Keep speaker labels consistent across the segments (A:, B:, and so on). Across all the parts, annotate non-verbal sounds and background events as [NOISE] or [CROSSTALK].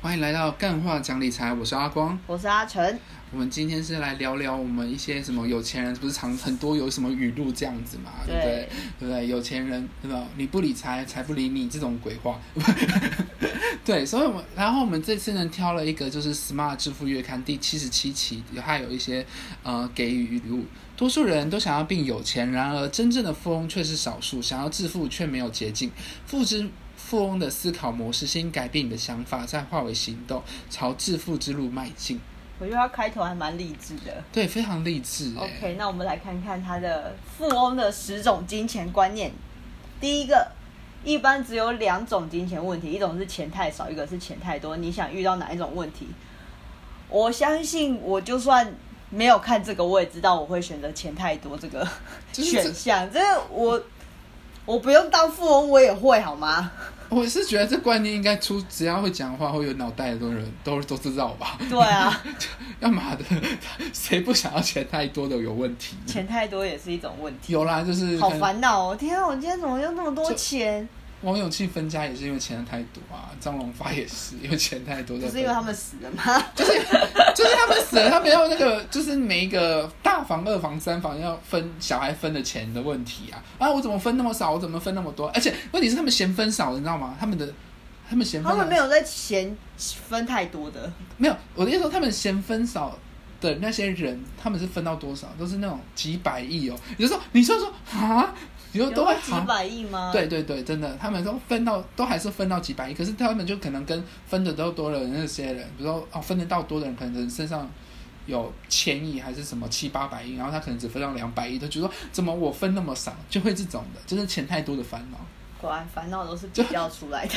A: 欢迎来到干话讲理财，我是阿光。
B: 我是阿成，
A: 我们今天是来聊聊我们一些什么有钱人不是常很多有什么语录这样子嘛，对不对
B: 对？
A: 对不对？有钱人对吧？你不理财，财不理你这种鬼话。 [LAUGHS] 对，所以我们然后我们这次呢挑了一个就是《Smart 致富月刊》第七十七期，它有一些呃给予语录。多数人都想要变有钱，然而真正的富翁却是少数，想要致富却没有捷径。富之富翁的思考模式，先改变你的想法，再化为行动，朝致富之路迈进。
B: 我觉得他开头还蛮励志的。
A: 对，非常励志、欸。
B: OK，那我们来看看他的富翁的十种金钱观念。第一个，一般只有两种金钱问题，一种是钱太少，一个是钱太多。你想遇到哪一种问题？我相信我就算没有看这个，我也知道我会选择钱太多这个
A: 就是这
B: 选项。这个我我不用当富翁，我也会
A: [LAUGHS]
B: 好吗？
A: 我是觉得这观念应该出，只要会讲话、会有脑袋的人都都知道吧。
B: 对啊，
A: 要妈的，谁不想要钱太多的有问题？
B: 钱太多也是一种问题。
A: 有啦，就是
B: 好
A: 可能
B: 烦恼哦！天啊，我今天怎么又那么多
A: 这
B: 钱？
A: 王永庆分家也是因为钱太多啊，张荣发也是因为钱太多在
B: 不
A: 分。
B: 是因为他们死了吗？
A: 就是就是他们死了，他没有那个，就是每一个大房、二房、三房要分小孩分的钱的问题啊！啊，我怎么分那么少？我怎么分那么多？而且问题是他们嫌分少，你知道吗？他们的他们嫌分
B: 他
A: 少
B: 们没有在嫌分太多的，
A: 没有，我的意思说他们嫌分少的那些人，他们是分到多少？都是那种几百亿哦。你就说，你就说啊，你就都会
B: 有几
A: 啊。
B: 百亿吗？，
A: 对对对，真的，他们都分到，都还是分到几百亿，可是他们就可能跟分的都多的那些人，比如说哦，哦分得到多的人，可能身上有千亿还是什么七八百亿，然后他可能只分到两百亿，他就说怎哦么我分那么少，就会这种的，就是钱太多的烦恼。 [LAUGHS]
B: 果然烦恼都是比较出来的。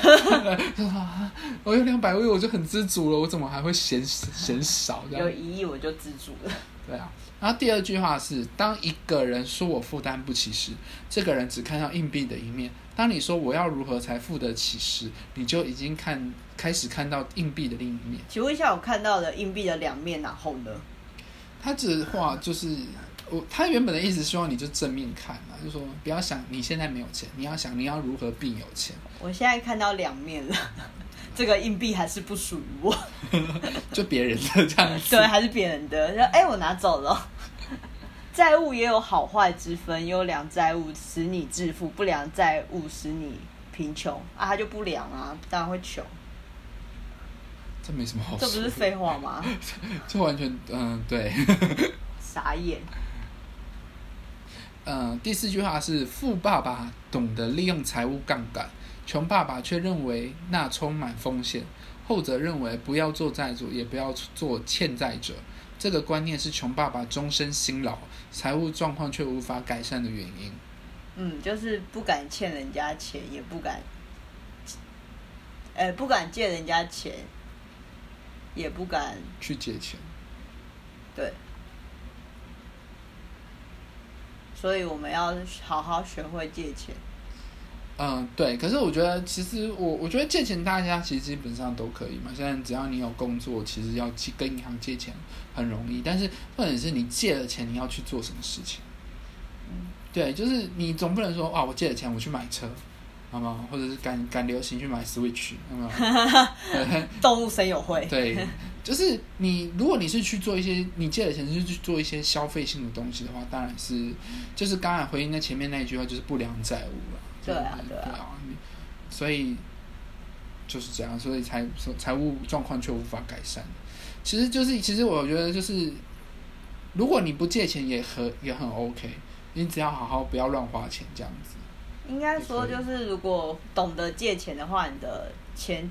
A: 就说啊，我有两百亿，我就很知足了，我怎么还会嫌嫌少这样？
B: 有一亿我就知足了。
A: 对啊，然后第二句话是：当一个人说我负担不起时，这个人只看到硬币的一面；当你说我要如何才付得起时，你就已经看开始看到硬币的另一面。
B: 请问一下，我看到的硬币的两面，然后呢？
A: 他这话就是我，他原本的意思希望你就正面看嘛，就说不要想你现在没有钱，你要想你要如何变有钱，
B: 我现在看到两面了， [LAUGHS] 这个硬币还是不属于我，
A: 就别人的这样子
B: [LAUGHS] 对，。啊还是别人的。然后哎、我拿走了。 [LAUGHS] 债务也有好坏之分，优良债务使你致富，不良债务使你贫穷啊，它就不良啊，当然会穷，
A: 这没什么好
B: 这
A: 说
B: 不
A: 的，
B: 哦是废话吗？
A: 这完全嗯对。
B: 傻眼。
A: 呃，第四句话是富爸爸懂得利用财务杠杆，穷爸爸却认为那充满风险。后者认为不要做债主，也不要做欠债者。这个观念是穷爸爸终身辛劳，财务状况却无法改善的原因。
B: 嗯，就是不敢欠人家钱，也不敢，呃，不敢借人家钱，也不敢
A: 去借钱，
B: 对。所以我们要好好学会借钱。
A: 嗯、对。可是我觉得，其实我我觉得借钱大家其实基本上都可以嘛。现在只要你有工作，其实要去跟银行借钱很容易。但是重点是你借了钱，你要去做什么事情？对，就是你总不能说啊，我借了钱我去买车，好吗？或者是赶赶流行去买 Switch，有没有？对
B: 动物森友会，
A: 对，就是你，如果你是去做一些你借了钱是去做一些消费性的东西的话，当然是就是刚才回应那前面那一句话，就是不良债务了。
B: 对啊
A: 就是
B: 对啊
A: 对啊，你所以就是这样，所以财财务状况却无法改善。其实就是，其实我觉得就是，如果你不借钱也很也很 OK，你只要好好不要乱花钱这样
B: 嗯
A: 子。
B: 应该说就是如果懂得借钱的话，你的钱，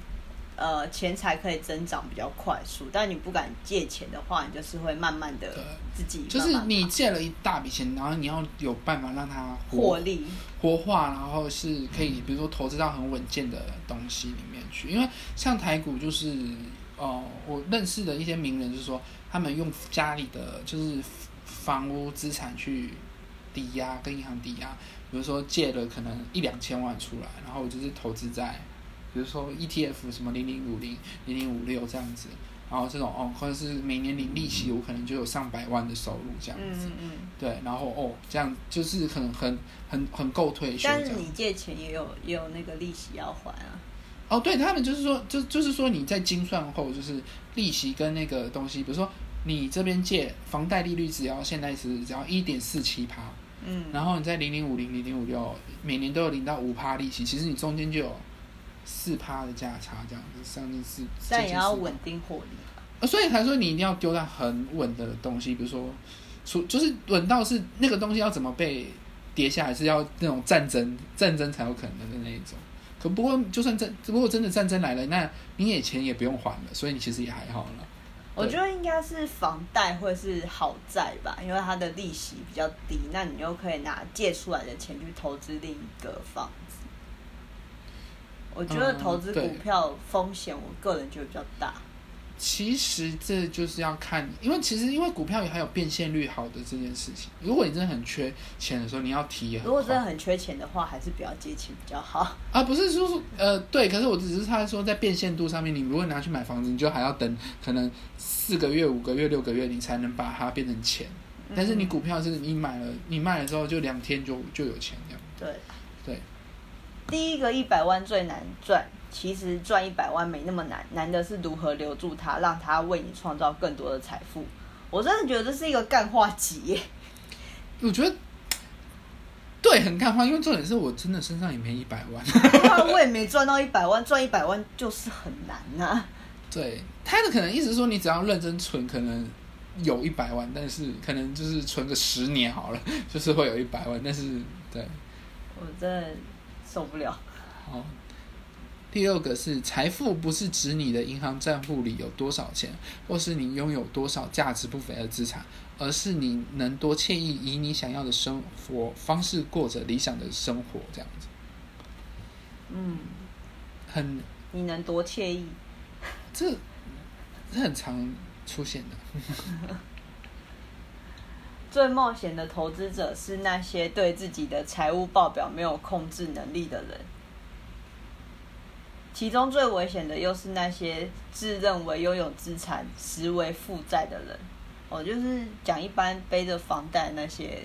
B: 呃，钱财可以增长比较快速。但你不敢借钱的话，你就是会慢慢的
A: 对
B: 自己
A: 就
B: 慢
A: 是
B: 慢
A: 你借了一大笔钱，然后你要有办法让它
B: 获利。
A: 活化，然后是可以，比如说投资到很稳健的东西里面去。因为像台股就是，哦、我认识的一些名人就是说，他们用家里的就是房屋资产去抵押，跟银行抵押，比如说借了可能一两千万出来，然后我就是投资在，比如说 ETF 什么零零五零、零零五六这样子。然后这种哦，或者是每年领利息，我可能就有上百万的收入这样
B: 嗯
A: 子，
B: 嗯嗯。
A: 对，然后哦，这样就是很很很很够退休这
B: 但
A: 样
B: 是你借钱也有也有那个利息要还啊，
A: 哦，对他们就是说，就就是说你在精算后，就是利息跟那个东西，比如说你这边借房贷利率只要现在是只要一点四七趴，
B: 嗯，
A: 然后你在零零五零、零零五六每年都有领到五趴利息，其实你中间就有四趴的价差，这样子将近是，
B: 但也要
A: 接近4%
B: 稳定获利吧。
A: 呃，所以才说你一定要丢在很稳的东西，比如说，除就是稳到是那个东西要怎么被跌下来，是要那种战争战争才有可能的那一种。可不过就算战，如果真的战争来了，那你也钱也不用还了，所以你其实也还好了。
B: 我觉得应该是房贷会是好债吧，因为它的利息比较低，那你又可以拿借出来的钱去投资另一个房子。我觉得
A: 嗯
B: 投资
A: 对
B: 股票风险，我个人觉得比较大。
A: 其实这就是要看，因为其实因为股票也还有变现率好的这件事情。如果你真的很缺钱的时候，你要提也很
B: 如果真
A: 快
B: 的很缺钱的话，还是不要借钱比较好。
A: 啊，不是说呃对，可是我只是他说在变现度上面，你如果拿去买房子，你就还要等可能四个月、五个月、六个月，你才能把它变成钱。但是你股票是你买了，你卖了之后就两天就就有钱这样。
B: 对
A: 对，
B: 第一个一百万最难赚，其实赚一百万没那么难，难的是如何留住它，让它为你创造更多的财富。我真的觉得这是一个干话集耶。
A: 我觉得对很看花，因为重点是我真的身上也没一百万。
B: 对啊，我也没赚到一百万，赚一百万就是很难啊呐、
A: 对，他的可能意思是说，你只要认真存，可能有一百万，但是可能就是存个十年好了， [LAUGHS] 就是会有一百万，但是对。
B: 我真的受不了。
A: 好，第六个是财富不是指你的银行账户里有多少钱，或是你拥有多少价值不菲的资产，而是你能多惬意以你想要的生活方式过着理想的生活，这样子
B: 嗯，
A: 很
B: 你能多惬意？
A: 这这很常出现的。
B: 最冒险的投资者是那些对自己的财务报表没有控制能力的人，其中最危险的又是那些自认为拥有资产实为负债的人。我、就是讲一般背着房贷那些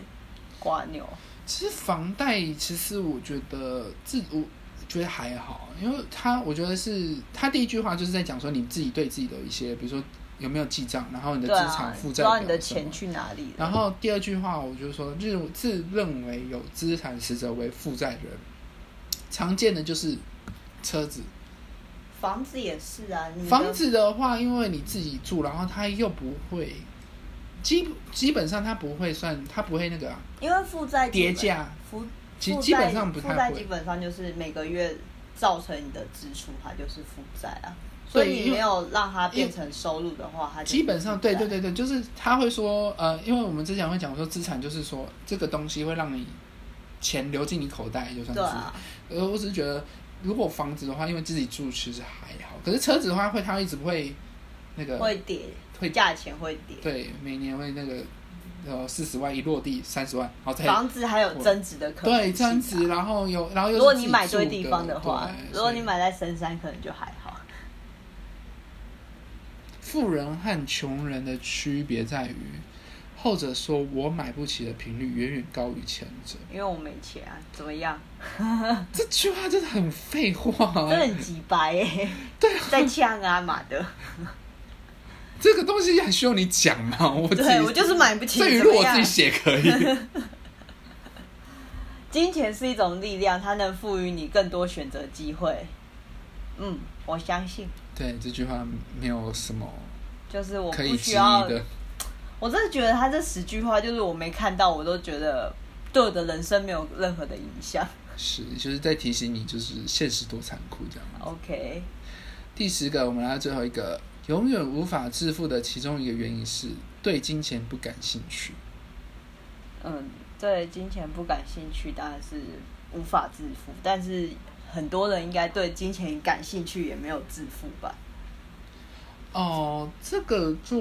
B: 瓜牛。
A: 其实房贷，其实我觉得自我觉得还好，因为他我觉得是他第一句话就是在讲说你自己对自己的一些，比如说有没有记账，然后你的
B: 对
A: 资
B: 啊
A: 产，负
B: 不
A: 债表什
B: 知
A: 么、
B: 道你的钱去哪里了。
A: 然后第二句话，我就说日自认为有资产实则为负债人，常见的就是车子、
B: 房子也是啊，你的
A: 房子的话，因为你自己住，然后他又不会基基本上他不会算，他不会那个啊、
B: 因为负债基
A: 叠
B: 本
A: 价，
B: 负
A: 其
B: 负
A: 基
B: 债
A: 本上不
B: 负债
A: 太
B: 基
A: 会。
B: 本上就是每个月造成你的支出，它就是负债啊。所以你
A: 因
B: 没
A: 为
B: 有让它变成收入的话，啊它就是
A: 基本上
B: 负
A: 对
B: 债
A: 对，对对，就是他会说呃，因为我们之前会讲说资产就是说这个东西会让你钱流进你口袋，就算
B: 对
A: 是
B: 啊，
A: 呃，我只是觉得，如果房子的话，因为自己住其实还好，可是车子的话会，它一直会那个
B: 会跌，
A: 会
B: 价钱会跌，
A: 对，每年会那个呃四十万一落地三十万，好再
B: 房子还有增值的可能
A: 对
B: 性啊
A: 增值，。然后有然后又
B: 如
A: 是
B: 果
A: 自
B: 你
A: 己
B: 买对
A: 住
B: 地方的话
A: 对，
B: 如果你
A: 所以
B: 买在深山，可能就还好。
A: 富人和穷人的区别在于，后者说我买不起的频率远远高于前者。
B: 因为我没钱啊，怎么样？
A: 这句话真的很废话、
B: 啊真的很鸡掰耶！
A: 哦 [LAUGHS] 对啊，
B: 在呛啊，马的。
A: 这个东西还需要你讲吗？我自己
B: 对我就是买不起，
A: 这语
B: 怎
A: 录
B: 么
A: 我
B: 样？
A: 自己写可以。
B: 金钱是一种力量，它能赋予你更多选择机会。嗯，我相信，
A: 对这句话没有什么
B: 就是我
A: 可以
B: 不
A: 质
B: 需
A: 疑
B: 要，
A: 的。
B: 我真的觉得他这十句话，就是我没看到，我都觉得对我的人生没有任何的影响。 [LAUGHS]
A: 是，就是在提醒你，就是现实多残酷这样。
B: 哦 OK，
A: 第十个，我们来到最后一个，永远无法致富的其中一个原因是对金钱不感兴趣。
B: 嗯，对金钱不感兴趣，当然是无法致富，但是很多人应该对金钱感兴趣，也没有致富吧？
A: 哦，这个就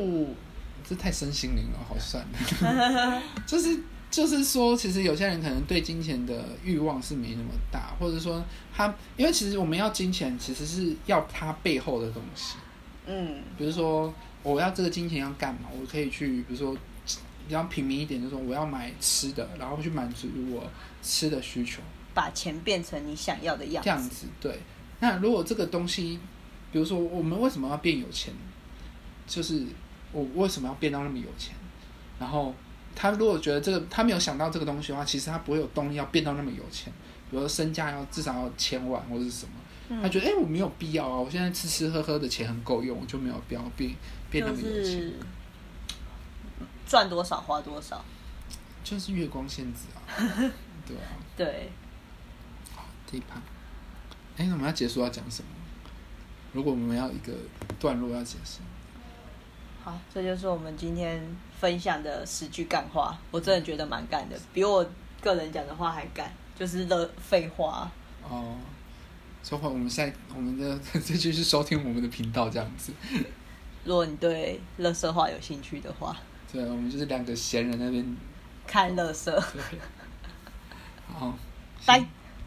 A: 这太身心灵了，好算了。
B: [LAUGHS]
A: 就是就是说，其实有些人可能对金钱的欲望是没那么大，或者说他，因为其实我们要金钱，其实是要它背后的东西。
B: 嗯，
A: 比如说哦我要这个金钱要干嘛，我可以去，比如说比较平民一点，就是说我要买吃的，然后去满足我吃的需求，
B: 把钱变成你想要的样
A: 这样
B: 子。
A: 子对。那如果这个东西，比如说我们为什么要变有钱，就是我为什么要变到那么有钱？然后他如果觉得这个他没有想到这个东西的话，其实他不会有动力要变到那么有钱。比如说身价要至少要千万或者是什么，他觉得哎、诶我没有必要啊，我现在吃吃喝喝的钱很够用，我就没有必要变变那
B: 就
A: 么有钱，
B: 是赚多少花多少，
A: 就是月光仙子啊，对啊，
B: 对，
A: 好这一趴，哎、那我们要结束要讲什么？如果我们要一个段落要解释，
B: 好，这就是我们今天分享的十句干话，我真的觉得蛮干的，比我个人讲的话还干，就是的废话。
A: 哦，说话我们现在我们的 [LAUGHS] 这就是收听我们的频道这样子。
B: 如果你对乐色话有兴趣的话，
A: 对，我们就是两个闲人那边。
B: 看乐色，
A: 对，好，
B: 拜。